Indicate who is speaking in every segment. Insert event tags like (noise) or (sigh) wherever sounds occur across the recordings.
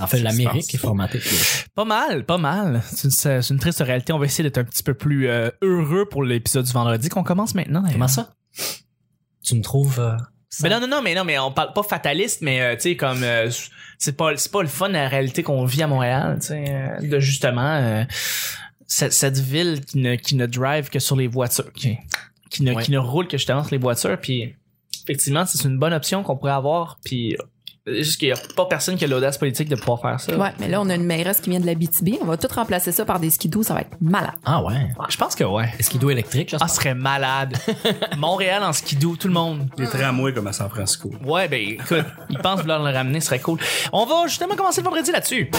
Speaker 1: En fait, l'Amérique est formatée.
Speaker 2: Pas mal, pas mal. C'est une, c'est une triste réalité. On va essayer d'être un petit peu plus euh, heureux pour l'épisode du vendredi qu'on commence maintenant. d'ailleurs.
Speaker 1: Comment ça? Tu me trouves. euh, ça?
Speaker 2: Mais non, non, non, mais non, mais on parle pas fataliste, mais euh, tu sais, comme euh, c'est pas c'est pas le fun la réalité qu'on vit à Montréal, tu sais, euh, de justement euh, cette, cette ville qui ne qui ne drive que sur les voitures, qui qui ne
Speaker 1: Ouais.
Speaker 2: qui ne roule que justement sur les voitures, puis effectivement, c'est une bonne option qu'on pourrait avoir, puis euh, juste qu'il y a pas personne qui a l'audace politique de pouvoir faire ça.
Speaker 3: Ouais, mais là, on a une mairesse qui vient de la BTB. On va tout remplacer ça par des skidoo. Ça va être malade.
Speaker 1: Ah ouais.
Speaker 2: Je pense que ouais.
Speaker 1: Est-ce qu'il doit électrique, j'espère?
Speaker 2: Ah, ce serait malade.
Speaker 1: (laughs)
Speaker 2: Montréal en skidoo, tout le monde.
Speaker 4: Les tramways comme à San Francisco.
Speaker 2: Ouais, ben écoute, ils pensent vouloir le ramener, ce serait cool. On va justement commencer le vendredi là-dessus.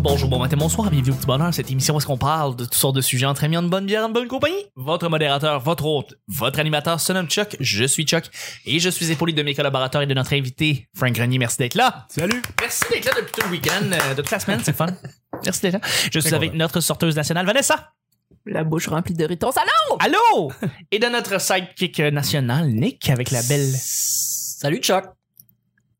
Speaker 2: Bonjour, bon matin, bonsoir, bienvenue au petit bonheur. Cette émission où est-ce qu'on parle de toutes sortes de sujets entre amis, en bonne bière, en bonne compagnie. Votre modérateur, votre hôte, votre animateur se nomme Chuck, je suis Chuck, et je suis épaulé de mes collaborateurs et de notre invité, Frank Grenier. Merci d'être là.
Speaker 4: Salut!
Speaker 2: Merci d'être là depuis tout le week-end, euh, de toute la semaine, c'est fun. (laughs) Merci d'être là. Je suis avec notre sorteuse nationale, Vanessa.
Speaker 3: La bouche remplie de riz. Ton salon!
Speaker 2: Allô! Oh! (laughs) Et de notre sidekick euh, national, Nick, avec la belle
Speaker 1: Salut, Chuck.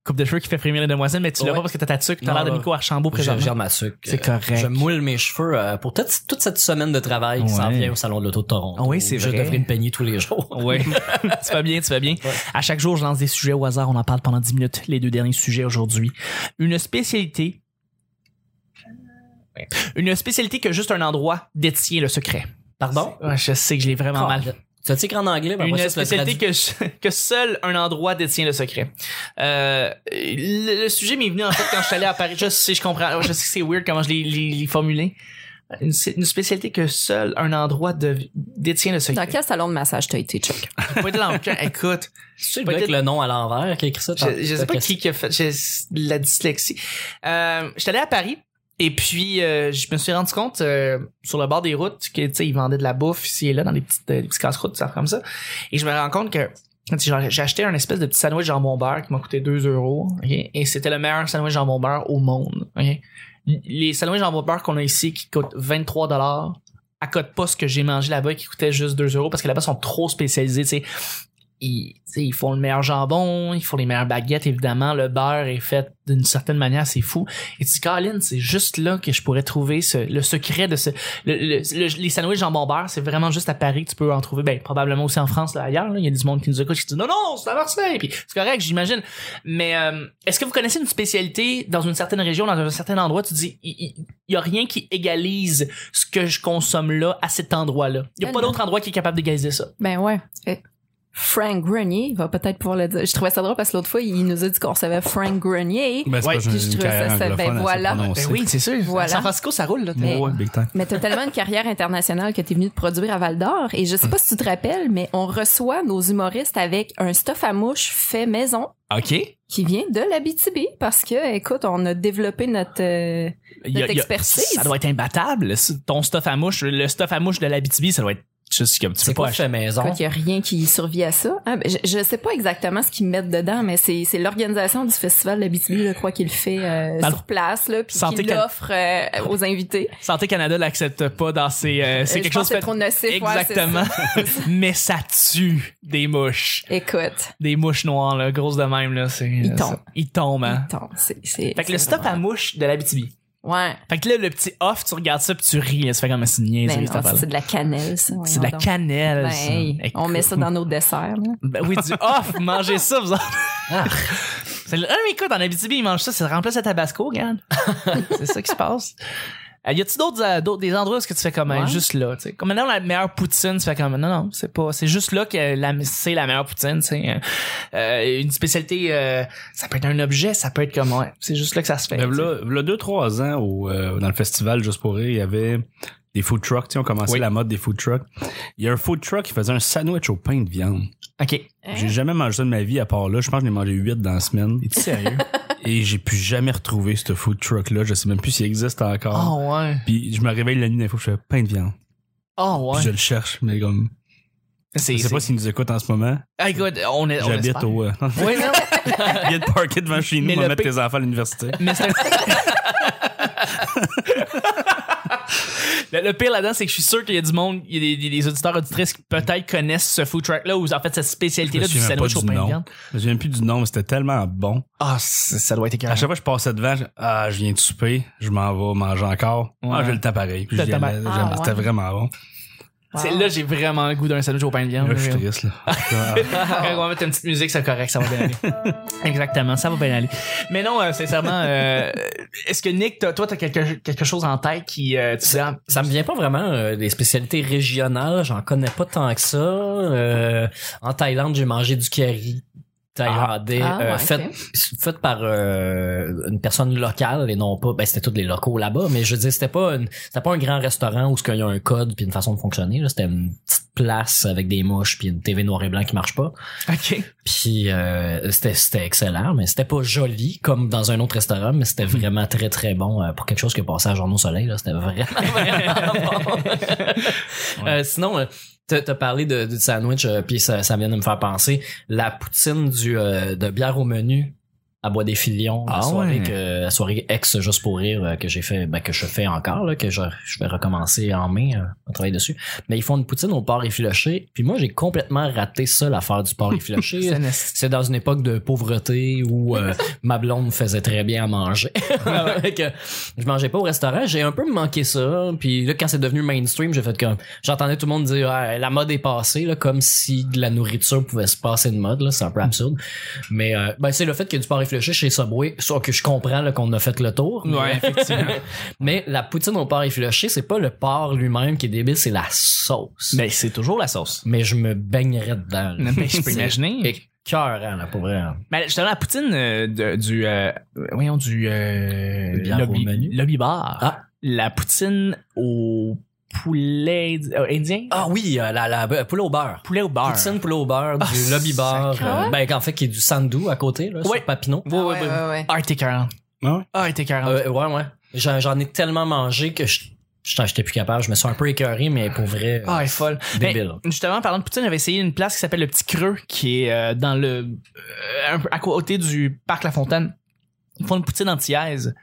Speaker 2: coupe de cheveux qui fait frémir les demoiselles, mais tu l'as
Speaker 1: Ouais.
Speaker 2: pas parce que t'as ta tuque. T'as
Speaker 1: Non,
Speaker 2: l'air de
Speaker 1: là.
Speaker 2: Nico Archambault
Speaker 1: Je
Speaker 2: présentement. Euh,
Speaker 1: gère ma sucre. euh,
Speaker 2: C'est correct.
Speaker 1: Je moule mes cheveux euh, pour toute, toute cette semaine de travail qui
Speaker 2: Ouais.
Speaker 1: s'en vient au Salon de l'Auto de Toronto.
Speaker 2: Ah oui, c'est
Speaker 1: Je
Speaker 2: vrai.
Speaker 1: devrais me peigner tous les
Speaker 2: (laughs)
Speaker 1: jours.
Speaker 2: Oui. tu vas bien, tu vas bien. À chaque jour, je lance des sujets au hasard. On en parle pendant 10 minutes. Les deux derniers sujets aujourd'hui. Une spécialité. Une spécialité que juste un endroit détient le secret.
Speaker 1: Pardon?
Speaker 2: Ouais, je sais que je l'ai vraiment mal.
Speaker 1: Tu as-tu écrit en anglais? Ben, moi,
Speaker 2: une
Speaker 1: ça, je le
Speaker 2: spécialité
Speaker 1: traduis.
Speaker 2: que, je- que seul un endroit détient le secret. Euh, le, le sujet m'est venu en fait quand je suis allé à Paris. Je sais, je comprends. Je sais que c'est weird comment je l'ai- l'ai l'ai formulé. Une, c'est une spécialité que seul un endroit de- détient le secret.
Speaker 3: Dans quel salon de massage t'as été, Chuck?
Speaker 2: J'ai pas été dans aucun- Écoute,
Speaker 1: C'est le
Speaker 2: Peut-être-
Speaker 1: gars avec le nom à l'envers qui a écrit ça.
Speaker 2: je, je sais pas qui qui a fait j'ai- la dyslexie. Euh, je suis allé à Paris. Et puis, euh, je me suis rendu compte euh, sur le bord des routes que, tu sais, ils vendaient de la bouffe ici et là dans des petites, euh, des petites casse-croûtes, des affaires comme ça. Et je me rends compte que tu sais, genre, j'ai acheté un espèce de petit sandwich jambon beurre qui m'a coûté 2 euros. ok? Et c'était le meilleur sandwich jambon beurre au monde. ok? Les sandwichs jambon beurre qu'on a ici qui coûtent 23 dollars accotent pas ce que j'ai mangé là-bas qui coûtait juste 2 euros parce que là-bas ils sont trop spécialisés. tu sais. Ils, tu sais, ils font le meilleur jambon, ils font les meilleures baguettes, évidemment. Le beurre est fait d'une certaine manière, c'est fou. Et tu dis, Colin, c'est juste là que je pourrais trouver ce- le secret de ce. le- le- le- les sandwichs jambon beurre, c'est vraiment juste à Paris que tu peux en trouver. Ben, probablement aussi en France, là, ailleurs. là. Il y a du monde qui nous écoute qui dit non, non, c'est à Marseille. Puis c'est correct, j'imagine. Mais euh, est-ce que vous connaissez une spécialité dans une certaine région, dans un certain endroit, tu dis, il il- il y a rien qui égalise ce que je consomme là, à cet endroit-là. Il y a pas
Speaker 3: Tellement.
Speaker 2: d'autre endroit qui est capable d'égaliser ça.
Speaker 3: Ben ouais. Eh, Frank Grenier va peut-être pouvoir le dire. Je trouvais ça drôle parce que l'autre fois, il nous a dit qu'on recevait Frank Grenier.
Speaker 4: Ben, c'est
Speaker 2: Ouais,
Speaker 4: pas
Speaker 3: puis je
Speaker 4: une
Speaker 3: trouvais
Speaker 4: carrière
Speaker 3: ça, ça- ben
Speaker 4: anglophone à se
Speaker 3: voilà.
Speaker 4: prononcer.
Speaker 2: c'est sûr.
Speaker 3: Voilà.
Speaker 2: San Francisco, ça roule, là.
Speaker 3: Mais-
Speaker 4: Ouais, big time.
Speaker 3: Mais t'as tellement une carrière internationale que t'es venu te produire à Val d'Or. Et je sais pas si tu te rappelles, mais on reçoit nos humoristes avec un stuff à mouche fait maison
Speaker 2: OK. Il
Speaker 3: qui vient de la BTB parce que, écoute, on a développé notre...
Speaker 2: y a-
Speaker 3: euh, Notre
Speaker 2: il y a-
Speaker 3: expertise.
Speaker 2: Ça doit être imbattable. c- Ton stuff à mouche, le stuff à mouche de l'Abitibi, ça doit être juste comme tu
Speaker 1: C'est
Speaker 2: peux pas
Speaker 1: quoi, fait
Speaker 2: acheter.
Speaker 1: maison?
Speaker 3: Écoute, il n'y a rien qui survit à ça. Ah, ben, je, je sais pas exactement ce qu'ils mettent dedans, mais c'est c'est l'organisation du festival de BTB, je crois, qui le fait euh,
Speaker 2: Dans le-
Speaker 3: sur place, là, puis
Speaker 2: Santé
Speaker 3: qui
Speaker 2: Can-
Speaker 3: l'offre euh, aux invités.
Speaker 2: Santé Canada l'accepte pas dans ses. euh, c'est
Speaker 3: Euh,
Speaker 2: quelque
Speaker 3: je pense
Speaker 2: chose
Speaker 3: que c'est trop nocif. ouais, c'est
Speaker 2: Exactement. (laughs)
Speaker 3: (laughs)
Speaker 2: Mais ça tue des mouches.
Speaker 3: ça. Écoute,
Speaker 2: Des mouches noires, là, grosses de même, là. c'est-
Speaker 3: Ils
Speaker 2: euh,
Speaker 3: tombent.
Speaker 2: ça- Ils tombent, hein.
Speaker 3: attends, c'est... c'est-
Speaker 2: Fait que le
Speaker 3: c'est
Speaker 2: stuff à
Speaker 3: vraiment-
Speaker 2: mouche de l'Abitibi.
Speaker 3: Ouais,
Speaker 2: Fait que là, le petit off, tu regardes ça puis tu ris. là. Tu fais comme un signe.
Speaker 3: ben non, c'est de la cannelle, ça.
Speaker 2: C'est de la
Speaker 3: voyons donc.
Speaker 2: cannelle.
Speaker 3: Ben,
Speaker 2: ça.
Speaker 3: hey, on
Speaker 2: Écoute.
Speaker 3: met ça dans nos desserts. là.
Speaker 2: Ben oui, du off, mangez ça, vous autres.
Speaker 1: Ah.
Speaker 2: C'est le- Ah, mais écoute, en Abitibi, ils mangent ça, c'est remplace à Tabasco, regarde. c'est ça qui se passe. Euh, y a-tu d'autres, euh, d'autres- des endroits où est-ce que tu fais comme euh,
Speaker 3: Ouais.
Speaker 2: juste là, tu sais? Comme maintenant, la meilleure poutine, tu fais comme, non, non, c'est pas, c'est juste là que la, c'est la meilleure poutine, tu sais. Euh, une spécialité, euh, ça peut être un objet, ça peut être comme, ouais, c'est juste là que ça se fait.
Speaker 4: Ben,
Speaker 2: tu sais.
Speaker 4: là, là, deux, trois ans, au, euh, dans le festival Juste pour rire, il y avait des food trucks. Tu sais, on commençait
Speaker 2: Oui.
Speaker 4: la mode des food trucks. Il y a un food truck qui faisait un sandwich au pain de viande.
Speaker 2: Ok.
Speaker 4: J'ai jamais mangé ça de ma vie à part là. Je pense que j'en ai mangé 8 dans
Speaker 2: (laughs)
Speaker 4: la semaine.
Speaker 2: Es-tu sérieux?
Speaker 4: Et j'ai plus jamais retrouvé ce food truck-là. Je sais même plus s'il existe encore.
Speaker 2: oh, ouais.
Speaker 4: Puis je me réveille la nuit d'info, je fais pain de viande.
Speaker 2: Oh,
Speaker 4: Puis
Speaker 2: ouais.
Speaker 4: je le cherche, mais comme.
Speaker 2: C'est,
Speaker 4: Je sais pas s'ils nous écoutent en ce moment.
Speaker 2: Ah, écoute, on est, on
Speaker 4: J'habite
Speaker 2: espère.
Speaker 4: au. euh, (laughs)
Speaker 2: Ouais, non,
Speaker 4: Viens de parker
Speaker 2: (laughs)
Speaker 4: devant chez nous,
Speaker 2: Mais
Speaker 4: on
Speaker 2: le (laughs)
Speaker 4: va mettre
Speaker 2: pain-
Speaker 4: tes enfants à l'université.
Speaker 2: Mais c'est un... Le, le pire là-dedans, c'est que je suis sûr qu'il y a du monde, il y a des, des- des auditeurs auditrices qui peut-être connaissent ce food track-là ou en fait cette
Speaker 4: Je me
Speaker 2: spécialité-là du
Speaker 4: souviens pas
Speaker 2: sandwich au
Speaker 4: du
Speaker 2: pain de
Speaker 4: nom.
Speaker 2: viande.
Speaker 4: Je me souviens plus du nom, mais c'était tellement bon.
Speaker 2: Ah, ça ça doit être
Speaker 4: À
Speaker 2: écœurant.
Speaker 4: chaque fois que je passais devant, je, ah, je viens de souper, je m'en vais manger encore.
Speaker 2: Ouais.
Speaker 4: Ah, j'ai le temps pareil. Puis
Speaker 2: T'as
Speaker 4: j'y
Speaker 2: le temps
Speaker 4: allais,
Speaker 3: pareil.
Speaker 4: j'aime-
Speaker 3: Ah,
Speaker 4: C'était
Speaker 3: ouais.
Speaker 4: vraiment bon.
Speaker 3: Wow.
Speaker 2: Celle-là, Ah, j'ai vraiment le goût d'un sandwich au pain de viande.
Speaker 4: Là, je suis triste, là. Ah,
Speaker 2: (laughs) Quand on va mettre une petite musique, c'est correct, ça va bien aller. (laughs) Exactement, ça va bien aller. Mais non, euh, sincèrement, euh, est-ce que Nick, t'as- toi, t'as quelque, quelque chose en tête qui euh, tu dis, ah,
Speaker 1: Ça me vient pas vraiment euh, des spécialités régionales, j'en connais pas tant que ça. Euh, en Thaïlande, j'ai mangé du curry thaïlandais
Speaker 3: Ah,
Speaker 1: euh,
Speaker 3: ouais,
Speaker 1: fait
Speaker 3: ok.
Speaker 1: fait par euh, une personne locale et non pas ben c'était tous les locaux là-bas mais je veux dire c'était pas une- c'était pas un grand restaurant où ce qu'il y a un code puis une façon de fonctionner là. c'était une petite place avec des mouches puis une TV noir et blanc qui marche pas
Speaker 2: ok,
Speaker 1: puis euh, c'était c'était excellent mais c'était pas joli comme dans un autre restaurant mais c'était vraiment très très bon euh, pour quelque chose qui passait à journée au soleil là c'était (laughs) vraiment euh, sinon, euh, t'as t'as parlé de, du sandwich, euh, puis ça, ça vient de me faire penser. La poutine du, euh, de bière au menu à Bois des Filions, la,
Speaker 4: Ah
Speaker 1: soirée
Speaker 4: ouais.
Speaker 1: que, la soirée ex juste pour rire euh, que j'ai fait, ben, que je fais encore, là, que je, je vais recommencer en mai, euh, on travaille dessus. Mais ils font une poutine au porc effiloché, puis moi j'ai complètement raté ça, l'affaire du porc effiloché.
Speaker 2: (laughs) C'est nasty.
Speaker 1: C'est dans une époque de pauvreté où
Speaker 2: (laughs)
Speaker 1: euh, ma blonde faisait très bien à manger. Fait (laughs) que je mangeais pas au restaurant, j'ai un peu manqué ça. Puis là, quand c'est devenu mainstream, j'ai fait comme j'entendais tout le monde dire Ah, la mode est passée, là, comme si de la nourriture pouvait se passer de mode. là. C'est un peu absurde. Mais euh, ben, c'est le fait qu'il y a du porc réfléchi chez Subway, soit que je comprends là, qu'on a fait le tour. mais-
Speaker 2: Ouais, (laughs) effectivement.
Speaker 1: Mais la poutine au porc effiloché, c'est pas le porc lui-même qui est débile, c'est la sauce. Mais,
Speaker 4: Ben,
Speaker 2: Mais c'est toujours la sauce.
Speaker 1: je me baignerais dedans. là.
Speaker 2: (laughs) Mais Ben, je peux imaginer.
Speaker 1: C'est écœurant, là, pour vrai.
Speaker 2: Mais Ben, justement, la poutine euh, de- du, euh, voyons, du euh,
Speaker 1: Le bière
Speaker 2: lobby,
Speaker 1: au menu.
Speaker 2: lobby bar.
Speaker 1: Ah.
Speaker 2: La poutine au poulet indi- euh, indien.
Speaker 1: Ah oui, euh, la, la, euh, poulet au beurre.
Speaker 2: Poulet au bar.
Speaker 1: Poutine poulet au beurre
Speaker 2: Ah,
Speaker 1: du lobby bar.
Speaker 2: sacré.
Speaker 1: euh, ben, en fait, qui est du sandou à côté, là,
Speaker 2: Ouais.
Speaker 1: sur Papineau.
Speaker 2: Ouais,
Speaker 3: Ah
Speaker 2: ouais, ouais.
Speaker 3: ouais, ouais.
Speaker 2: Ah, t'es écœurant.
Speaker 4: ouais.
Speaker 2: Ah, t'es écœurant.
Speaker 1: Euh, ouais, ouais. J'en, j'en ai tellement mangé que je, je- j'étais plus capable. Je me suis un peu écœuré, mais pour vrai, euh,
Speaker 2: Ah, elle est folle. Mais
Speaker 1: débile.
Speaker 2: justement, parlant de poutine, j'avais essayé une place qui s'appelle le Petit Creux, qui est euh, dans le euh, un peu à côté du parc La Fontaine. Ils font une poutine antillaise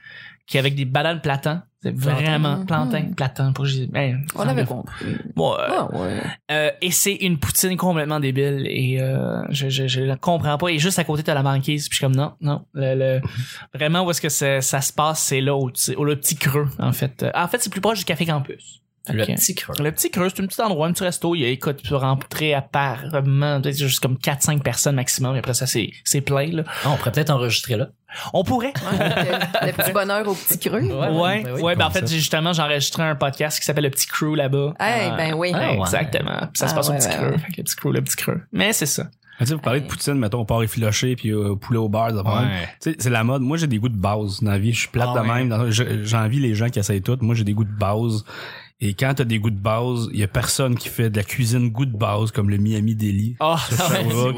Speaker 2: qui est avec des bananes platans. C'est
Speaker 1: Plantain. Hmm.
Speaker 2: vraiment
Speaker 3: Mhm.
Speaker 2: plantain, platin. Pour que je- hey,
Speaker 3: On avait compris.
Speaker 2: Bon, euh,
Speaker 3: Ah ouais.
Speaker 2: euh, et c'est une poutine complètement débile et euh, je, je, je la comprends pas. Et juste à côté, t'as la banquise. Puis je suis comme non, non. Le, le-
Speaker 1: (laughs)
Speaker 2: vraiment, où est-ce que ça, ça se passe, c'est là, au, petit- au- le petit creux, en fait. Euh, en fait, c'est plus proche du Café Campus. Fait
Speaker 1: Le
Speaker 2: que-
Speaker 1: petit creux.
Speaker 2: le petit creux, c'est un petit endroit, un petit resto. Il y a, écoute, tu peux rentrer apparemment, peut-être juste comme 4-5 personnes maximum. Et après ça, c'est, c'est plein, là.
Speaker 1: Ah, on pourrait peut-être enregistrer là.
Speaker 2: On pourrait.
Speaker 3: le, le petit bonheur au petit creux.
Speaker 1: Ouais.
Speaker 2: Ouais, ouais,
Speaker 1: ben oui.
Speaker 2: ben en fait,
Speaker 4: Concept.
Speaker 2: j'ai- justement, j'ai enregistré un podcast qui s'appelle Le Petit Crew là-bas.
Speaker 3: Eh
Speaker 2: Euh,
Speaker 3: ben oui.
Speaker 1: Ah, ouais.
Speaker 2: Exactement. Puis ça se
Speaker 3: Ah,
Speaker 2: passe au
Speaker 3: ouais,
Speaker 2: petit
Speaker 3: ouais,
Speaker 2: creux.
Speaker 3: ouais.
Speaker 2: Fait que le petit crew, le petit creux. Mais c'est ça.
Speaker 4: Tu sais, vous parlez de poutine, mettons, au porc effiloché puis euh, poulet au beurre, des affaires de même. Tu sais, c'est la mode. Moi, j'ai des goûts de base dans la vie. Je suis plate
Speaker 2: Ah
Speaker 4: de
Speaker 2: ouais.
Speaker 4: même. Dans- je- J'envie les gens qui essayent tout. Moi, j'ai des goûts de base. Et quand t'as des goûts de base, il y a personne qui fait de la cuisine goût de base comme le Miami Deli.
Speaker 2: Oh,
Speaker 4: Ça, ça va.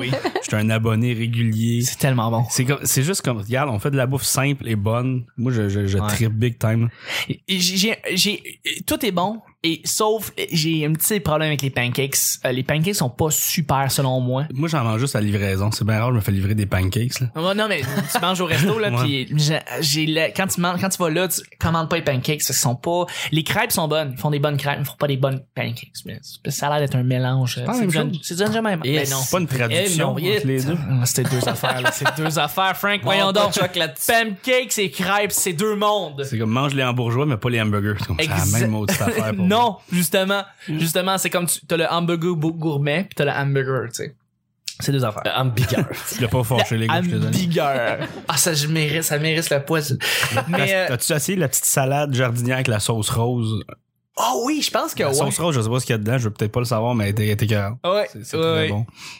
Speaker 4: J'étais un abonné régulier.
Speaker 2: C'est tellement bon.
Speaker 4: C'est comme, c'est juste comme, regarde, on fait de la bouffe simple et bonne. Moi, je, je, je
Speaker 2: Ouais.
Speaker 4: tripe big time.
Speaker 2: Et J'ai, j'ai, tout est bon, et sauf, j'ai un petit problème avec les pancakes. Euh, Les pancakes sont pas super, selon moi.
Speaker 4: Moi, j'en mange juste à la livraison. C'est bien rare, je me fais livrer des pancakes, là.
Speaker 2: Ouais, Oh, non, mais tu manges au resto, là,
Speaker 4: (laughs) Ouais.
Speaker 2: puis j'ai- j'ai la- quand tu manges, quand tu vas là, tu commandes pas les pancakes, parce qu'ils sont pas, les crêpes sont bonnes, ils font des bonnes crêpes, ils font pas des bonnes pancakes, mais c'est- ça a l'air d'être un mélange.
Speaker 4: pas la
Speaker 2: C'est
Speaker 4: même
Speaker 2: du
Speaker 4: chose.
Speaker 2: c'est du jamais.
Speaker 1: Yes.
Speaker 2: non.
Speaker 4: C'est pas une traduction
Speaker 1: Eh non,
Speaker 4: entre les deux.
Speaker 2: Ah, C'était deux affaires, là. C'est deux affaires, Frank.
Speaker 1: Bon,
Speaker 2: Voyons
Speaker 1: pas
Speaker 2: donc.
Speaker 1: de choc là-dessus.
Speaker 2: Pancakes et crêpes, c'est deux mondes.
Speaker 4: C'est comme, mange les hambourgeois, mais pas les hamburgers. C'est comme, c'est
Speaker 2: Exact.
Speaker 4: la même autre affaire
Speaker 2: (laughs)
Speaker 4: pour moi.
Speaker 2: Non, justement. Justement, c'est comme tu, t'as le hamburger bou- gourmet, puis t'as le hamburger, tu sais. C'est deux affaires.
Speaker 1: Euh,
Speaker 4: (laughs)
Speaker 1: ambigueur.
Speaker 4: Tu l'as pas fâché, les gars, je te donne.
Speaker 2: Hamburger. Ah, ça, je mérite, ça mérite le poids. Mais, euh,
Speaker 4: T'as-tu essayé la petite salade jardinière avec la sauce rose?
Speaker 2: oh oui, je pense que
Speaker 4: La
Speaker 2: ouais. Ah
Speaker 4: sauce rose, je sais pas ce qu'il y a dedans, je veux peut-être pas le savoir, mais elle était, elle était carrée.
Speaker 2: Ouais,
Speaker 4: C'est c'est
Speaker 2: ouais,
Speaker 4: très
Speaker 2: ouais.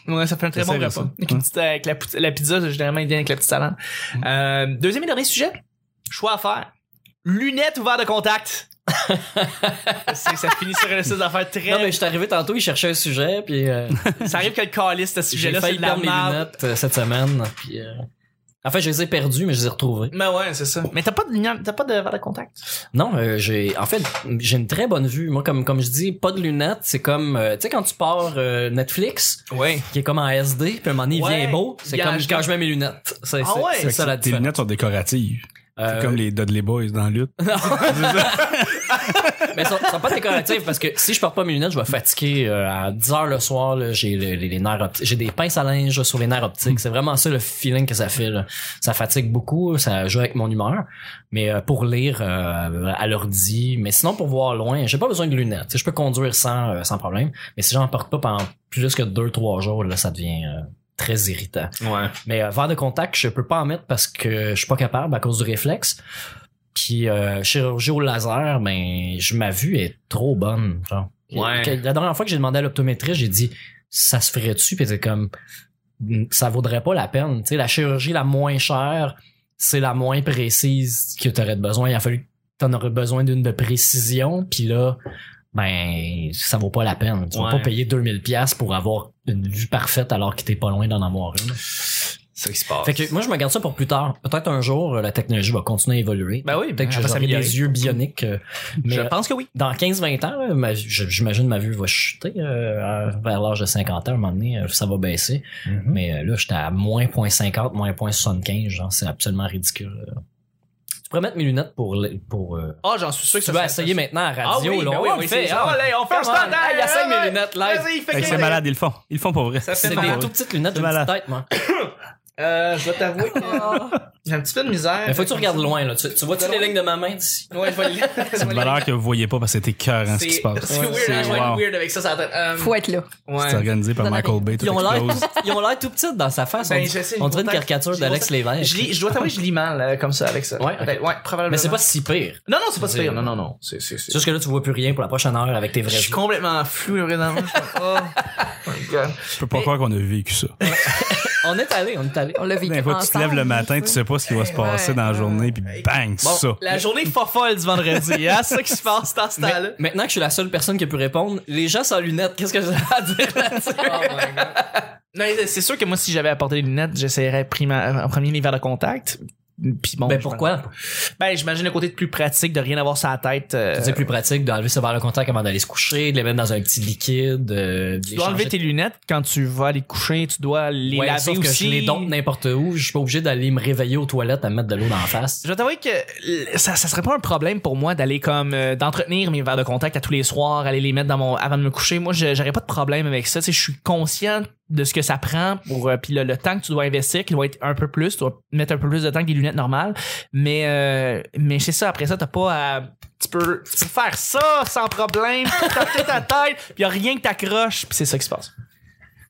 Speaker 4: bon.
Speaker 2: Ouais, ça fait un très
Speaker 4: Ça
Speaker 2: bon
Speaker 4: sert à
Speaker 2: repas.
Speaker 4: ça. Hum.
Speaker 2: Avec, une petite- avec la, pout- la pizza, c'est généralement, il vient avec la petite salade. Euh, deuxième et dernier sujet. Choix à faire. Lunettes ou verre de
Speaker 4: (laughs)
Speaker 2: contact. C'est- ça finit sur une espèce d'affaire très...
Speaker 1: non, mais je suis arrivé tantôt, il cherchait un sujet, puis euh,
Speaker 2: Ça arrive que le calice, ce
Speaker 1: j'ai
Speaker 2: sujet-là, c'est
Speaker 1: failli
Speaker 2: de la
Speaker 1: perdre mes
Speaker 2: merde.
Speaker 1: lunettes euh, cette semaine. Puis, euh, En fait, je les ai perdues, mais je les ai retrouvées.
Speaker 2: Mais Ben ouais, c'est ça. Mais t'as pas de lunettes- t'as pas de verre de contact.
Speaker 1: Non, euh, j'ai en fait j'ai une très bonne vue. Moi, comme comme je dis, pas de lunettes. C'est comme euh, tu sais quand tu pars euh, Netflix,
Speaker 2: Ouais.
Speaker 1: qui est comme en SD, puis à un moment donné, il
Speaker 2: Ouais.
Speaker 1: vient beau. C'est
Speaker 2: Il y a
Speaker 1: comme
Speaker 2: un-
Speaker 1: quand je mets mes lunettes. C'est
Speaker 2: Ah
Speaker 1: c'est-
Speaker 2: ouais?
Speaker 1: c'est
Speaker 4: Fait que
Speaker 1: ça la
Speaker 4: Tes
Speaker 1: différence.
Speaker 4: lunettes sont décoratives. C'est
Speaker 1: Euh,
Speaker 4: comme les Dudley Boys dans la lutte. C'est ça.
Speaker 1: Mais ils sont, ils sont pas décoratifs parce que si je porte pas mes lunettes, je vais fatiguer euh, à 10 heures le soir. là, J'ai le- les, les nerfs opti- j'ai des pinces à linge sur les nerfs optiques. C'est vraiment ça le feeling que ça fait. là. Ça fatigue beaucoup, ça joue avec mon humeur. Mais euh, pour lire euh, à l'ordi, mais sinon pour voir loin, j'ai pas besoin de lunettes. Tu sais, Je peux conduire sans, euh, sans problème. Mais si j'en porte pas pendant plus que 2-3 jours, là, ça devient euh, très irritant.
Speaker 5: Ouais.
Speaker 1: Mais euh, verre de contact, je peux pas en mettre parce que je suis pas capable à cause du réflexe. Puis euh, chirurgie au laser, ben je ma vue est trop bonne. genre.
Speaker 5: Ouais.
Speaker 1: Que- La dernière fois que j'ai demandé à l'optométriste, j'ai dit ça se ferait-tu Puis elle était comme ça vaudrait pas la peine. Tu sais, la chirurgie la moins chère, c'est la moins précise que tu aurais besoin. Il a fallu que t'en aurais besoin d'une de précision. Puis là, ben ça vaut pas la peine. Tu
Speaker 5: Ouais.
Speaker 1: vas pas payer 2000 pièces pour avoir une vue parfaite alors que t'es pas loin d'en avoir une.
Speaker 5: C'est ce qui se
Speaker 2: Ah,
Speaker 5: passe.
Speaker 1: Fait que moi, je me garde ça pour plus tard. Peut-être un jour, euh, la technologie va continuer à évoluer.
Speaker 2: Ben oui,
Speaker 1: Peut-être que
Speaker 2: elle va
Speaker 1: j'aurai
Speaker 2: s'améliorer.
Speaker 1: des yeux bioniques. euh, Mais
Speaker 2: Je
Speaker 1: euh,
Speaker 2: pense que oui.
Speaker 1: dans 15-20 ans, là, ma- je- j'imagine ma vue va chuter euh, à- vers l'âge de 50 ans. À un moment donné, euh, ça va baisser.
Speaker 2: Mm-hmm.
Speaker 1: Mais euh, là, j'étais à moins 0.50, moins 0.75. genre, C'est absolument ridicule. euh. Tu pourrais mettre mes lunettes pour... le- pour euh,
Speaker 2: Ah, j'en suis sûr que
Speaker 1: tu
Speaker 2: ça
Speaker 1: vas
Speaker 2: serait-
Speaker 1: essayer maintenant à
Speaker 2: Ah
Speaker 1: radio.
Speaker 2: oui,
Speaker 1: là,
Speaker 2: ben
Speaker 1: on
Speaker 2: oui, on
Speaker 1: le
Speaker 2: le
Speaker 1: fait.
Speaker 2: fait.
Speaker 1: Ah,
Speaker 2: Allez, on fait un
Speaker 1: Come on,
Speaker 2: stand-up.
Speaker 1: hey, essaye mes
Speaker 2: Ouais,
Speaker 1: lunettes live.
Speaker 2: Vas-y,
Speaker 4: Fait
Speaker 2: fais
Speaker 4: que c'est malade, ils le font. Ils le font pour vrai.
Speaker 2: Ça fait
Speaker 1: C'est
Speaker 2: mal.
Speaker 1: des tout petites lunettes
Speaker 4: C'est
Speaker 1: de petite
Speaker 4: malade.
Speaker 1: tête, moi.
Speaker 2: Euh, je vais t'avouer que j'ai un petit peu de misère.
Speaker 1: Mais faut que tu regardes loin, là. Tu, tu vois-tu les lignes de ma main d'ici? (laughs)
Speaker 2: Ouais, je vais lire.
Speaker 4: C'est une valeur que vous voyez pas parce que c'était cœur ce qui se passe.
Speaker 2: C'est weird, hein, je vais être
Speaker 4: wow.
Speaker 2: weird avec ça sur la tête. Euh,
Speaker 3: Faut être là.
Speaker 4: C'est
Speaker 2: ouais.
Speaker 4: organisé par
Speaker 3: Vous en
Speaker 4: Michael
Speaker 3: avez-
Speaker 4: Bay. Tout
Speaker 1: Ils ont l'air
Speaker 4: explose.
Speaker 1: ils ont l'air tout petites dans sa face.
Speaker 2: Ben,
Speaker 1: on, dit-
Speaker 2: je sais,
Speaker 1: on dirait une
Speaker 2: pourtant,
Speaker 1: caricature
Speaker 2: je-
Speaker 1: d'Alex Lévesque.
Speaker 2: Je, lis, je dois t'avouer, je lis mal euh, comme ça avec ça.
Speaker 1: Ouais, ok.
Speaker 2: Peut-être, ouais probablement.
Speaker 1: Mais c'est pas si pire.
Speaker 2: Non, non, c'est pas super. Non, non, non. C'est, c'est,
Speaker 1: C'est
Speaker 2: c'est...
Speaker 1: juste que là, tu vois plus rien pour la prochaine heure avec tes
Speaker 2: Je
Speaker 1: vrais
Speaker 2: suis
Speaker 1: yeux.
Speaker 2: complètement flou, évidemment. oh (laughs) my god.
Speaker 4: Je peux pas croire qu'on a vécu ça.
Speaker 1: On est allé, on est allé.
Speaker 3: On l'a vécu
Speaker 4: Des fois, Ben, tu te
Speaker 3: ensemble.
Speaker 4: lèves le matin, tu sais pas ce qui va se passer dans la journée, puis
Speaker 2: Bon,
Speaker 4: bang, ça.
Speaker 2: la journée pas folle du vendredi, hein? C'est ça qui se passe dans ce temps-là.
Speaker 1: Maintenant que je suis la seule personne qui a pu répondre, les gens sans lunettes, qu'est-ce que j'ai à dire
Speaker 2: (laughs)
Speaker 1: là-dessus?
Speaker 2: Oh Non, c'est- c'est sûr que moi, si j'avais apporté des lunettes, j'essayerais prima- euh, en premier les verres de contact. Puis bon,
Speaker 1: ben
Speaker 2: je-
Speaker 1: pourquoi?
Speaker 2: Ben, j'imagine le côté de plus pratique de rien avoir sur la tête. euh,
Speaker 1: C'est plus pratique d'enlever ce verre de contact avant d'aller se coucher, de les mettre dans un petit liquide. euh, de
Speaker 2: tu
Speaker 1: les
Speaker 2: dois enlever
Speaker 1: changer.
Speaker 2: tes lunettes quand tu vas aller te coucher, tu dois les
Speaker 1: Ouais,
Speaker 2: laver
Speaker 1: sauf que
Speaker 2: aussi.
Speaker 1: je les donne n'importe où. Je suis pas obligé d'aller me réveiller aux toilettes à me mettre de l'eau dans la face.
Speaker 2: Je vais t'avouer que euh, ça, ça serait pas un problème pour moi d'aller comme euh, d'entretenir mes verres de contact à tous les soirs, aller les mettre dans mon avant de me coucher. Moi, je- j'aurais pas de problème avec ça. Tu sais, je suis conscient de ce que ça prend pour euh, puis le, le temps que tu dois investir, qui doit être un peu plus, tu dois mettre un peu plus de temps que des lunettes normales. Mais euh, mais c'est ça. Après ça, t'as pas à tu peux, tu peux faire ça sans problème, t'as
Speaker 1: (laughs)
Speaker 2: ta tête, puis y a rien que t'accroche, puis c'est ça qui se passe.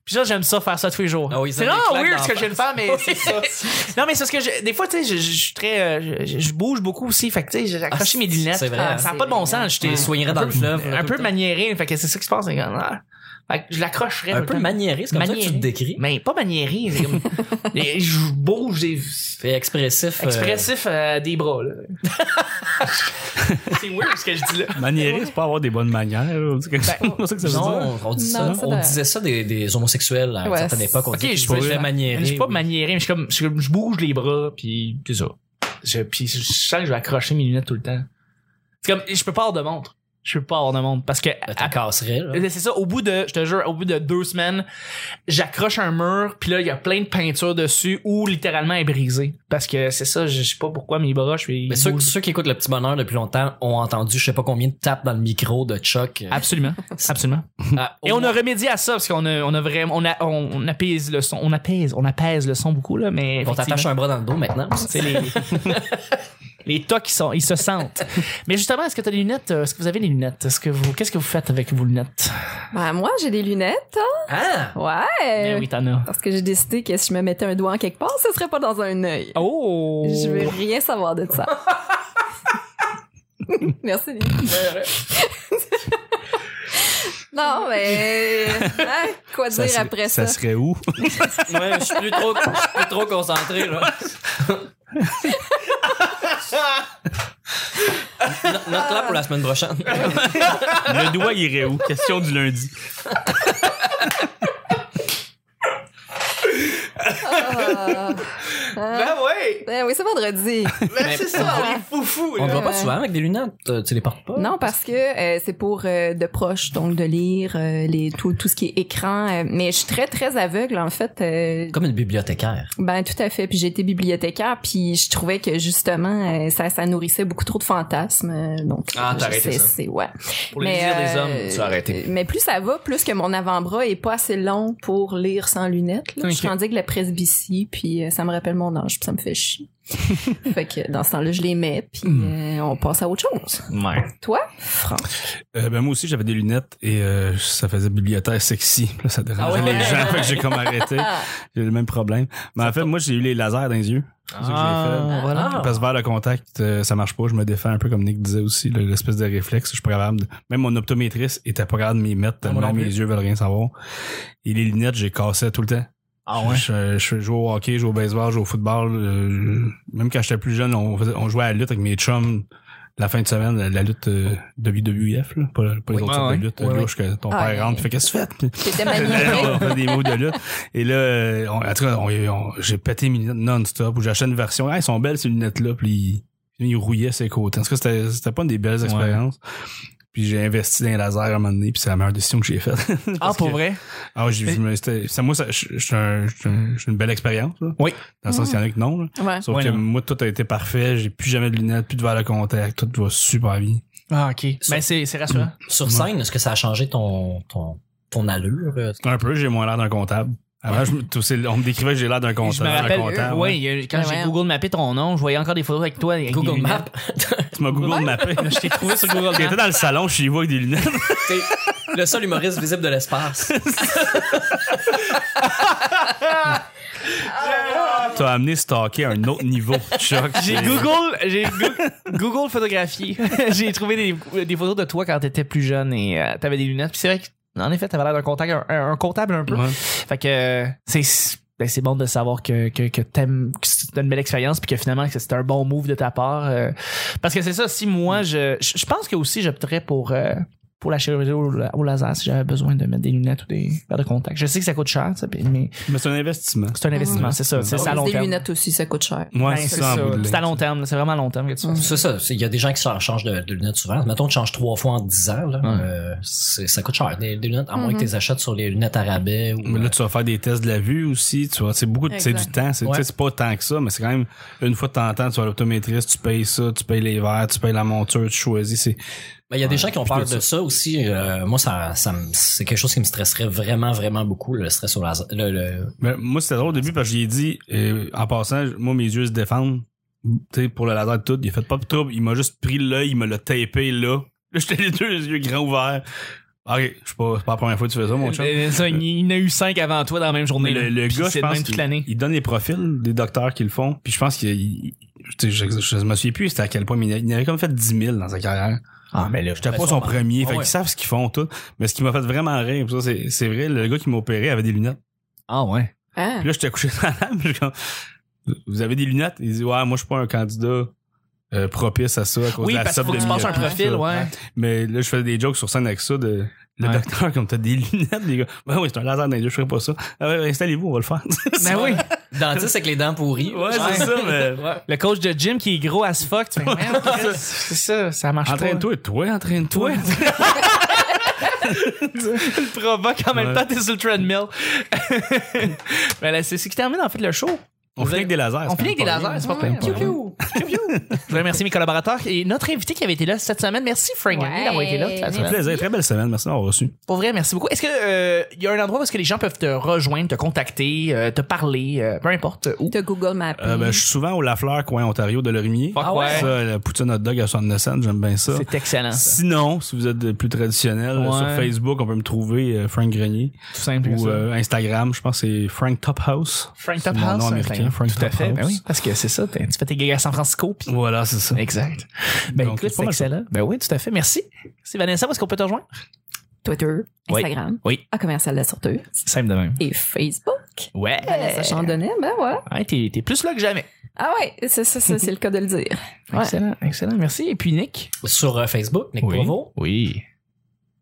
Speaker 2: Puis ça, j'aime ça faire ça tous les jours.
Speaker 1: Ah oui, ça
Speaker 2: c'est
Speaker 1: me
Speaker 2: vraiment
Speaker 1: claque
Speaker 2: weird
Speaker 1: dans
Speaker 2: ce que
Speaker 1: la
Speaker 2: j'aime faire, mais
Speaker 1: (laughs)
Speaker 2: c'est ça. Non, mais c'est ce que je, des fois, tu sais, je, je- je suis très, euh, je, je bouge beaucoup aussi. Fait que, tu sais, j'ai accroché
Speaker 1: Ah,
Speaker 2: mes lunettes.
Speaker 1: c'est vrai,
Speaker 2: Ah,
Speaker 1: hein.
Speaker 2: ça n'a pas de bon sens. Je
Speaker 1: Je les
Speaker 2: t'ai
Speaker 1: soignerais dans le fleuve. là,
Speaker 2: un
Speaker 1: tout
Speaker 2: peu
Speaker 1: le temps.
Speaker 2: maniéré. Fait que c'est ça qui se passe. c'est comme, ah. Fait que je l'accrocherais.
Speaker 1: Un
Speaker 2: tout le
Speaker 1: peu
Speaker 2: temps.
Speaker 1: maniéré, c'est comme ça que tu te
Speaker 2: Maniéré.
Speaker 1: décris.
Speaker 2: Mais pas maniéré.
Speaker 1: (laughs)
Speaker 2: c'est comme- Et je bouge des
Speaker 1: Fait expressif. euh,
Speaker 2: expressif euh, des
Speaker 1: (laughs)
Speaker 2: bras, là. c'est weird ce que je dis là.
Speaker 4: Maniérer, c'est pas avoir des bonnes manières. là. (laughs) C'est comme ça que ça veut dire.
Speaker 1: Non, on, dit
Speaker 3: Non,
Speaker 1: ça,
Speaker 3: ça
Speaker 1: on
Speaker 3: doit-
Speaker 1: disait ça des, des homosexuels à
Speaker 3: Ouais,
Speaker 1: une certaine
Speaker 3: c'est-
Speaker 1: époque. On
Speaker 2: Ok,
Speaker 1: disait
Speaker 2: je
Speaker 1: qu'ils se
Speaker 2: pourrais-
Speaker 1: faisaient maniérer.
Speaker 2: Je suis pas
Speaker 1: oui.
Speaker 2: maniéré, mais je suis comme, je, suis comme- je bouge les bras, puis c'est ça. Je, puis je sens que je vais accrocher mes lunettes tout le temps. C'est comme, je peux pas avoir de montre. Je peux pas avoir de montre parce que
Speaker 1: Ben, t'en casserais, là.
Speaker 2: c'est ça. Au bout de, je te jure, au bout de deux semaines, j'accroche un mur, puis là il y a plein de peintures dessus ou littéralement elle est brisée parce que c'est ça. Je sais pas pourquoi mes bras, je suis
Speaker 1: Mais ceux, ceux qui écoutent Le Petit Bonheur depuis longtemps ont entendu je sais pas combien de tapes dans le micro de Chuck. euh,
Speaker 2: absolument, absolument. Euh,
Speaker 1: à- au
Speaker 2: Et on
Speaker 1: moins.
Speaker 2: a remédié à ça parce qu'on a, on a vraiment, on, a, on, on apaise le son, on apaise, on apaise le son beaucoup là, mais
Speaker 1: On t'attache un bras dans le dos maintenant. (laughs)
Speaker 2: C'est les. (laughs) les tocs, ils, sont, ils se sentent. Mais justement, est-ce que tu as des lunettes? euh, Est-ce que vous avez des lunettes? Est-ce que vous, qu'est-ce que vous faites avec vos lunettes?
Speaker 3: Ben, moi, j'ai des lunettes. hein.
Speaker 1: Ah!
Speaker 3: Ouais.
Speaker 2: Ben oui, t'en as.
Speaker 3: Parce que j'ai décidé que si je me mettais un doigt en quelque part, ce serait pas dans un œil.
Speaker 2: Oh!
Speaker 3: Je veux rien savoir de ça. (laughs) Merci. Lynn.
Speaker 2: Ben,
Speaker 3: (laughs) Non, mais hein, quoi dire
Speaker 4: serait-
Speaker 3: après ça?
Speaker 4: ça serait où?
Speaker 1: Ouais, je suis plus trop, je suis plus trop concentré, là. No- Note là pour la semaine prochaine.
Speaker 4: Le doigt irait où? Question du lundi.
Speaker 3: Ah. Ah.
Speaker 2: (laughs) Ben ouais!
Speaker 3: Ben oui,
Speaker 2: (laughs)
Speaker 3: c'est vendredi.
Speaker 2: Ben c'est ça, on est foufou,
Speaker 1: On te
Speaker 2: là.
Speaker 1: voit pas
Speaker 3: Ouais.
Speaker 1: souvent avec des lunettes. euh, Tu les portes pas?
Speaker 3: Non, parce que euh, c'est pour euh, de proche, donc de lire euh, les, tout, tout ce qui est écran. euh, mais je suis très, très aveugle, en fait. euh,
Speaker 1: Comme une bibliothécaire.
Speaker 3: ben tout à fait. Puis j'ai été bibliothécaire, puis je trouvais que justement euh, ça, ça nourrissait beaucoup trop de fantasmes. euh, Donc
Speaker 2: Ah, t'as
Speaker 3: je-
Speaker 2: arrêté
Speaker 3: c'est-
Speaker 2: ça.
Speaker 3: c'est- ouais.
Speaker 2: Pour les désirs des
Speaker 3: euh,
Speaker 2: hommes, tu as arrêté.
Speaker 3: Mais plus ça va, plus que mon avant-bras est pas assez long pour lire sans lunettes. là. Je suis
Speaker 2: Ok.
Speaker 3: rendue avec la presbytie, puis euh, ça me rappelle mon âge, puis ça me
Speaker 2: (laughs)
Speaker 3: fait chier. fait que dans ce temps-là, je les mets, puis
Speaker 2: Hmm.
Speaker 3: euh, on passe à autre chose.
Speaker 1: Ouais.
Speaker 3: Toi, Franck?
Speaker 4: Euh, ben moi aussi j'avais des lunettes et euh, ça faisait bibliothécaire sexy. Là, ça dérangeait
Speaker 1: Ah ouais?
Speaker 4: les gens, fait que j'ai comme arrêté.
Speaker 3: Ah,
Speaker 4: J'ai le même problème. Mais en fait, moi j'ai eu les lasers dans les yeux. C'est ça que j'ai fait.
Speaker 1: Ah, voilà.
Speaker 3: Ah.
Speaker 4: Parce que vers le contact, euh, ça marche pas. Je me défends un peu comme Nick disait aussi, là, l'espèce de réflexe. Je suis pas capable. de- Même mon optométriste était pas capable de m'y mettre
Speaker 1: Ah, moi
Speaker 4: tellement
Speaker 1: non
Speaker 4: mes
Speaker 1: plus.
Speaker 4: yeux veulent rien savoir. Et les lunettes, j'ai cassé tout le temps.
Speaker 1: Ah
Speaker 4: Je, je, je joue au hockey, je joue au baseball, je joue au football. euh, même quand j'étais plus jeune, on, faisait- on jouait à la lutte avec mes chums la fin de semaine, la, la lutte euh, WWF, là, pas, pas les
Speaker 1: Oui.
Speaker 4: autres
Speaker 1: Ah,
Speaker 4: types
Speaker 1: ouais.
Speaker 4: de lutte
Speaker 1: Ouais,
Speaker 4: louches que ton
Speaker 3: Ah,
Speaker 4: père
Speaker 3: ouais.
Speaker 4: rentre, puis fait qu'est-ce que tu fais? Puis-
Speaker 2: (laughs)
Speaker 3: T'étais
Speaker 4: (laughs) Là,
Speaker 3: magnifique.
Speaker 4: on fait des mots de lutte. Et là, euh, on, en tout cas, on- on- j'ai pété mes lunettes non-stop, ou j'ai acheté une version. Ah, elles sont belles ces lunettes-là, puis ils, ils rouillaient ses côtés. En tout cas, c'était- c'était pas une des belles expériences. Puis j'ai investi dans les lasers à un moment donné, puis c'est la meilleure décision que j'ai faite. (laughs)
Speaker 2: Ah,
Speaker 4: Parce
Speaker 2: pour
Speaker 4: que-
Speaker 2: vrai?
Speaker 4: Ah, j'ai vu, mais c'était- ça, moi, ça, je- je suis un- je suis un- je suis une belle expérience, là.
Speaker 2: Oui.
Speaker 4: Dans le sens qu'il y en a que non, là.
Speaker 3: Ouais.
Speaker 4: Sauf
Speaker 2: Ouais,
Speaker 4: que
Speaker 2: non.
Speaker 4: moi, tout a été parfait, j'ai plus jamais de lunettes, plus de verre de contact, tout va super bien.
Speaker 2: Ah, ok. Ben, c'est c'est rassurant.
Speaker 1: Sur scène, est-ce que ça a changé ton, ton, ton allure? euh,
Speaker 4: Un peu, j'ai moins l'air d'un comptable. Avant, je me- tout- c'est- on me décrivait que j'ai l'air d'un comptable.
Speaker 2: Je me
Speaker 4: un
Speaker 2: rappelle,
Speaker 4: comptable,
Speaker 2: euh,
Speaker 4: ouais.
Speaker 2: ouais, il y a- quand
Speaker 3: Ouais,
Speaker 2: j'ai
Speaker 3: ouais.
Speaker 2: Google mappé ton nom, je voyais encore des photos avec toi. avec des
Speaker 1: Google
Speaker 2: lunettes.
Speaker 1: Maps?
Speaker 4: Tu m'as Google mappé.
Speaker 2: (laughs)
Speaker 4: (laughs)
Speaker 2: Je t'ai trouvé sur Google
Speaker 4: J'étais
Speaker 2: Maps.
Speaker 4: dans le salon chez vous avec des lunettes.
Speaker 1: T'es le seul humoriste visible de l'espace.
Speaker 4: T'as amené stocker à un
Speaker 2: (laughs)
Speaker 4: autre niveau, Chuck.
Speaker 2: (laughs) Ah. J'ai
Speaker 4: C'est-
Speaker 2: Google, j'ai Goo- Google photographié. (laughs) j'ai trouvé des, des photos de toi quand t'étais plus jeune et euh, t'avais des lunettes. Puis c'est vrai que, en effet, t'avais l'air d'un contact, un, un- un comptable un peu.
Speaker 4: (laughs) Ouais.
Speaker 2: Fait que euh, c'est ben, c'est bon de savoir que que, que t'aimes que c'était une belle expérience puis que finalement que c'était un bon move de ta part euh, parce que c'est ça si moi je je je pense que aussi j'opterais pour euh, pour la chirurgie au, au laser si j'avais besoin de mettre des lunettes ou des verres de contact je sais que ça coûte cher ça, puis- mais
Speaker 4: Mais c'est un investissement.
Speaker 2: c'est un investissement c'est ça c'est
Speaker 4: Ah Ouais,
Speaker 2: ça à long
Speaker 3: Des
Speaker 2: terme
Speaker 3: lunettes aussi, ça coûte cher.
Speaker 4: Moi,
Speaker 2: Ouais,
Speaker 4: c'est
Speaker 2: Ben, c'est
Speaker 4: ça, en
Speaker 2: ça.
Speaker 4: bout de ligne.
Speaker 2: C'est à long terme, c'est vraiment à long terme que tu fais ça.
Speaker 1: C'est ça. c'est- Il y a des gens qui s'en changent de, de lunettes souvent. Mettons, tu changes trois fois en dix ans. Là,
Speaker 2: Ouais.
Speaker 1: euh, c'est- ça coûte cher. Des, des lunettes, à moins
Speaker 3: Mhm.
Speaker 1: que tu les achètes sur les lunettes à rabais. Ou, euh,
Speaker 4: Mais là, tu vas faire des tests de la vue aussi, tu vois. C'est beaucoup, de- c'est du
Speaker 3: Exact.
Speaker 4: temps. C'est tu sais, c'est pas tant que ça, mais c'est quand même une fois de temps en temps, tu vas à l'optométriste, tu payes ça, tu payes les verres, tu payes la monture, tu choisis. C'est
Speaker 1: Mais ben, il y a des gens qui ont
Speaker 4: Puis
Speaker 1: peur
Speaker 4: tout
Speaker 1: de ça aussi. Euh, moi, ça, ça me- c'est quelque chose qui me stresserait vraiment, vraiment beaucoup, le stress au laser. Le, le-
Speaker 4: Ben, moi, c'était drôle au début parce que j'ai dit, euh, en passant, moi, mes yeux se défendent. Tu sais, pour le laser et tout, il a fait pas de trouble. Il m'a juste pris l'œil, il me l'a tapé là. (laughs) Là, j'étais les deux yeux grands ouverts. Ok, je sais pas, c'est pas la première fois que tu fais ça, mon chum.
Speaker 2: Euh, ça, il il y en a eu cinq avant toi dans la même journée.
Speaker 4: Mais le, le
Speaker 2: Puis
Speaker 4: gars,
Speaker 2: c'est
Speaker 4: je
Speaker 2: de
Speaker 4: pense
Speaker 2: même toute
Speaker 4: qu'il-
Speaker 2: l'année.
Speaker 4: il donne les profils des docteurs qui le font. Puis je pense qu'il, il- tu sais, je, je, je me souviens plus c'était à quel point, mais il en avait comme fait 10 000 dans sa carrière.
Speaker 2: Ah, mais là,
Speaker 4: J'étais pas son premier,
Speaker 1: Ah
Speaker 4: fait
Speaker 1: ouais.
Speaker 4: qu'ils savent ce qu'ils font tout. Mais ce qui m'a fait vraiment rire, puis ça, c'est c'est vrai, le gars qui m'a opéré avait des lunettes.
Speaker 2: Ah ouais.
Speaker 3: Hein?
Speaker 4: Puis là, j'étais couché (laughs) dans la lame. puis comme, Vous avez des lunettes? Il dit, ouais, moi, je suis pas un candidat euh, propice à ça à cause
Speaker 2: Oui,
Speaker 4: de la
Speaker 2: parce qu'il
Speaker 4: somme
Speaker 2: faut
Speaker 4: de
Speaker 2: que tu passes un
Speaker 4: lunettes,
Speaker 2: profil,
Speaker 4: ça.
Speaker 2: ouais. Ben
Speaker 4: Mais là, je faisais des jokes sur scène avec ça. De, le
Speaker 2: Ouais.
Speaker 4: docteur, comme t'as des (laughs) lunettes, les gars. Ouais, ouais, c'est un laser dans les yeux, je ferais pas ça. Ah ouais, installez-vous, on va le faire.
Speaker 2: (laughs) Ben oui.
Speaker 1: (laughs) dentiste avec les dents pourries.
Speaker 4: ouais, c'est ça, mais.
Speaker 2: Le coach de gym qui est gros as fuck. tu fais, Ben, Merde, Chris, C'est ça, ça marche pas.
Speaker 4: Entraîne-toi, toi, entraîne-toi.
Speaker 2: (laughs) le provoque en même
Speaker 4: Ouais.
Speaker 2: temps, t'es sur le (laughs) treadmill. Mais Ben, là, c'est ce qui termine en fait le show.
Speaker 4: On finit avec des lasers.
Speaker 2: On
Speaker 4: c'est
Speaker 2: finit avec des
Speaker 4: quand même pas
Speaker 2: lasers, c'est pas
Speaker 4: rien.
Speaker 2: pire.
Speaker 4: C'est pas rien.
Speaker 2: Je voudrais remercier mes collaborateurs et notre invité qui avait été là cette semaine. Merci Frank Henry
Speaker 3: Ouais.
Speaker 2: d'avoir été là. toute la
Speaker 4: Ça fait
Speaker 2: semaine.
Speaker 4: plaisir. Très belle semaine. Merci d'avoir reçu.
Speaker 2: Pour vrai, merci beaucoup. Est-ce que euh, il y a un endroit où est-ce que les gens peuvent te rejoindre, te contacter, euh, te parler, euh, peu importe où?
Speaker 3: T'as Google Maps.
Speaker 4: Euh, ben, je suis souvent au Lafleur, coin Ontario de Lorimier.
Speaker 2: Fuck ouais.
Speaker 4: Ça, la poutine hot dog à 69 cents, j'aime bien ça.
Speaker 2: C'est excellent. ça.
Speaker 4: Sinon, si vous êtes euh, plus traditionnel, euh,
Speaker 2: Ouais.
Speaker 4: sur Facebook, on peut me trouver euh, Frank Grenier
Speaker 2: Tout simple.
Speaker 4: ou
Speaker 2: ça.
Speaker 4: euh, Instagram, je pense que c'est Frank Tophouse.
Speaker 2: Frank
Speaker 4: c'est
Speaker 2: Top
Speaker 4: mon
Speaker 2: House.
Speaker 4: nom
Speaker 2: hein,
Speaker 4: américain,
Speaker 2: t'as-
Speaker 4: Frank
Speaker 2: Tout à
Speaker 4: Top
Speaker 2: fait. Ben
Speaker 4: House.
Speaker 2: oui, parce que c'est ça. t'as- Tu fais tes gigs à San Francisco. Puis...
Speaker 4: Voilà, c'est ça.
Speaker 2: Exact. Ben
Speaker 4: Donc,
Speaker 2: écoute,
Speaker 4: c'est pas
Speaker 2: c'est
Speaker 4: mal
Speaker 2: excellent. Ben oui, tout à fait. Merci. C'est Vanessa, où est-ce qu'on peut te rejoindre?
Speaker 3: Twitter,
Speaker 2: Oui.
Speaker 3: Instagram,
Speaker 2: Oui.
Speaker 3: à commercial la sorteuse
Speaker 2: Simple de même.
Speaker 3: et Facebook.
Speaker 2: Ouais.
Speaker 3: Vanessa Chandonnet, ben ouais.
Speaker 2: Ouais, t'es, t'es plus là que jamais.
Speaker 3: Ah ouais, c'est ça, ça, c'est le cas de le dire. Ouais.
Speaker 2: Excellent, excellent. Merci. Et puis Nick?
Speaker 1: Sur euh, Facebook, Nick Provo.
Speaker 2: Oui.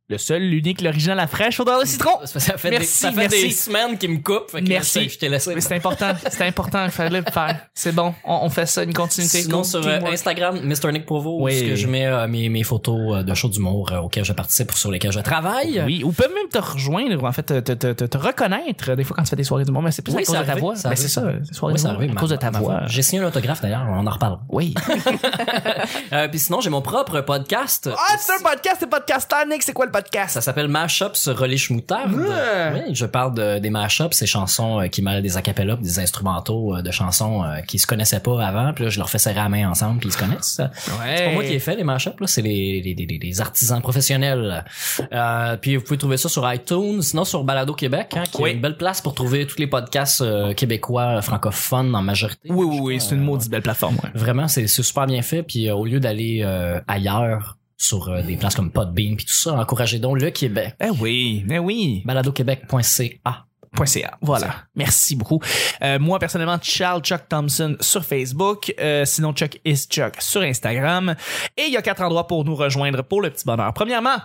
Speaker 2: Le seul, l'unique, l'original, la fraîche odeur de citron.
Speaker 1: Ça fait- Ça fait,
Speaker 2: Merci,
Speaker 1: des, ça fait
Speaker 2: merci.
Speaker 1: des semaines qu'il me coupe. fait que
Speaker 2: Merci.
Speaker 1: là, Je t'ai laissé.
Speaker 2: Mais c'est important, c'est important, il fallait le faire. C'est bon, on, on fait ça, une continuité.
Speaker 1: Sinon,
Speaker 2: Continue,
Speaker 1: sur euh,
Speaker 2: moi.
Speaker 1: Instagram, Mr. Nick Provo,
Speaker 2: Oui.
Speaker 1: parce que je mets euh, mes, mes photos euh, de shows d'humour euh, auxquels je participe ou sur lesquels je travaille.
Speaker 2: Oui, ou peut même te rejoindre, en fait, te, te, te, te reconnaître euh, des fois quand tu fais des soirées du monde, mais c'est plus
Speaker 1: Oui,
Speaker 2: à cause
Speaker 1: ça
Speaker 2: de ta
Speaker 1: arrive,
Speaker 2: voix.
Speaker 1: ça
Speaker 2: Mais
Speaker 1: arrive.
Speaker 2: Ben, c'est ça, les soirées
Speaker 1: Oui,
Speaker 2: du
Speaker 1: ça
Speaker 2: monde,
Speaker 1: arrive.
Speaker 2: à
Speaker 1: ma-
Speaker 2: cause de ta
Speaker 1: ma
Speaker 2: voix.
Speaker 1: J'ai signé un autographe d'ailleurs, on en reparle.
Speaker 2: Oui.
Speaker 1: Euh, Puis sinon, j'ai mon propre podcast.
Speaker 2: (laughs) Ah, c'est un podcast, c'est podcasteur, Nick, c'est quoi le podcast?
Speaker 1: Ça s'appelle Mashup sur Relish Moutarde.
Speaker 2: Ouais.
Speaker 1: Oui, je parle de, des mashups, ces chansons euh, qui mêlent des acapellas, pis des instrumentaux euh, de chansons euh, qui se connaissaient pas avant. Puis là, je leur fais serrer la main ensemble, puis ils se connaissent.
Speaker 2: Ouais.
Speaker 1: C'est pas moi qui ai fait les mashups, là, c'est les, les, les- les artisans professionnels. Euh, puis vous pouvez trouver ça sur iTunes, sinon sur Balado Québec, hein, qui
Speaker 2: Oui.
Speaker 1: est une belle place pour trouver tous les podcasts euh, québécois euh, francophones en majorité. Euh,
Speaker 2: Oui, oui, oui, c'est une maudite belle plateforme, ouais.
Speaker 1: Vraiment, c'est c'est super bien fait. Puis euh, au lieu d'aller euh, ailleurs sur euh, des places comme Podbean puis tout ça, encouragez donc le Québec.
Speaker 2: Eh oui, eh oui.
Speaker 1: Baladoquebec.ca.
Speaker 2: .ca. Voilà. Merci beaucoup. Euh, moi, personnellement, Charles Chuck Thompson sur Facebook. Euh, sinon, Chuck is Chuck sur Instagram. Et il y a quatre endroits pour nous rejoindre pour le petit bonheur. Premièrement,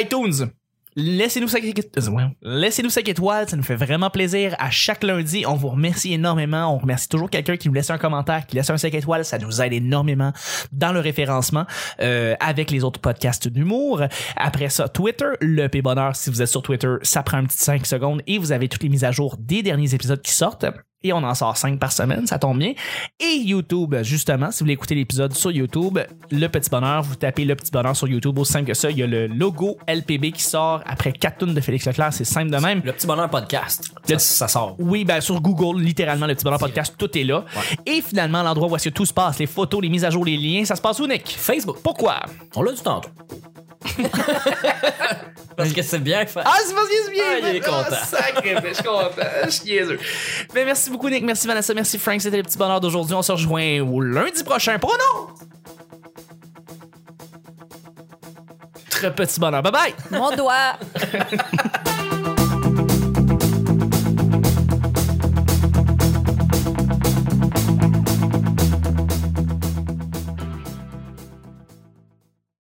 Speaker 2: iTunes. Laissez-nous 5 étoiles. Laissez-nous cinq étoiles, ça nous fait vraiment plaisir. À chaque lundi, on vous remercie énormément. On remercie toujours quelqu'un qui nous laisse un commentaire, qui laisse un 5 étoiles. Ça nous aide énormément dans le référencement euh, avec les autres podcasts d'humour. Après ça, Twitter, le P Bonheur. Si vous êtes sur Twitter, ça prend un petit 5 secondes et vous avez toutes les mises à jour des derniers épisodes qui sortent. Et on en sort 5 par semaine, ça tombe bien. Et YouTube, justement, si vous voulez écouter l'épisode sur YouTube, Le Petit Bonheur, vous tapez Le Petit Bonheur sur YouTube, aussi simple que ça. Il y a le logo LPB qui sort après 4 tonnes de Félix Leclerc, c'est simple de même.
Speaker 1: Le petit bonheur podcast.
Speaker 2: Le-
Speaker 1: Ça, ça sort.
Speaker 2: Oui, ben sur Google, littéralement, le petit bonheur podcast, tout est là. Et finalement, l'endroit où est-ce que tout se passe, les photos, les mises à jour, les liens, ça se passe où, Nick?
Speaker 1: Facebook.
Speaker 2: Pourquoi?
Speaker 1: On l'a du temps. (laughs) Parce que c'est bien fait.
Speaker 2: Ah, c'est parce qu'il se vient!
Speaker 1: Ah, il est
Speaker 2: Ah,
Speaker 1: content.
Speaker 2: sacré, mais je suis
Speaker 1: (laughs)
Speaker 2: content. Je suis niaiseux. Mais merci beaucoup, Nick. Merci, Vanessa. Merci, Frank. C'était le petit bonheur d'aujourd'hui. On se rejoint au lundi prochain. Pour non! Très petit bonheur. Bye bye!
Speaker 3: Mon doigt.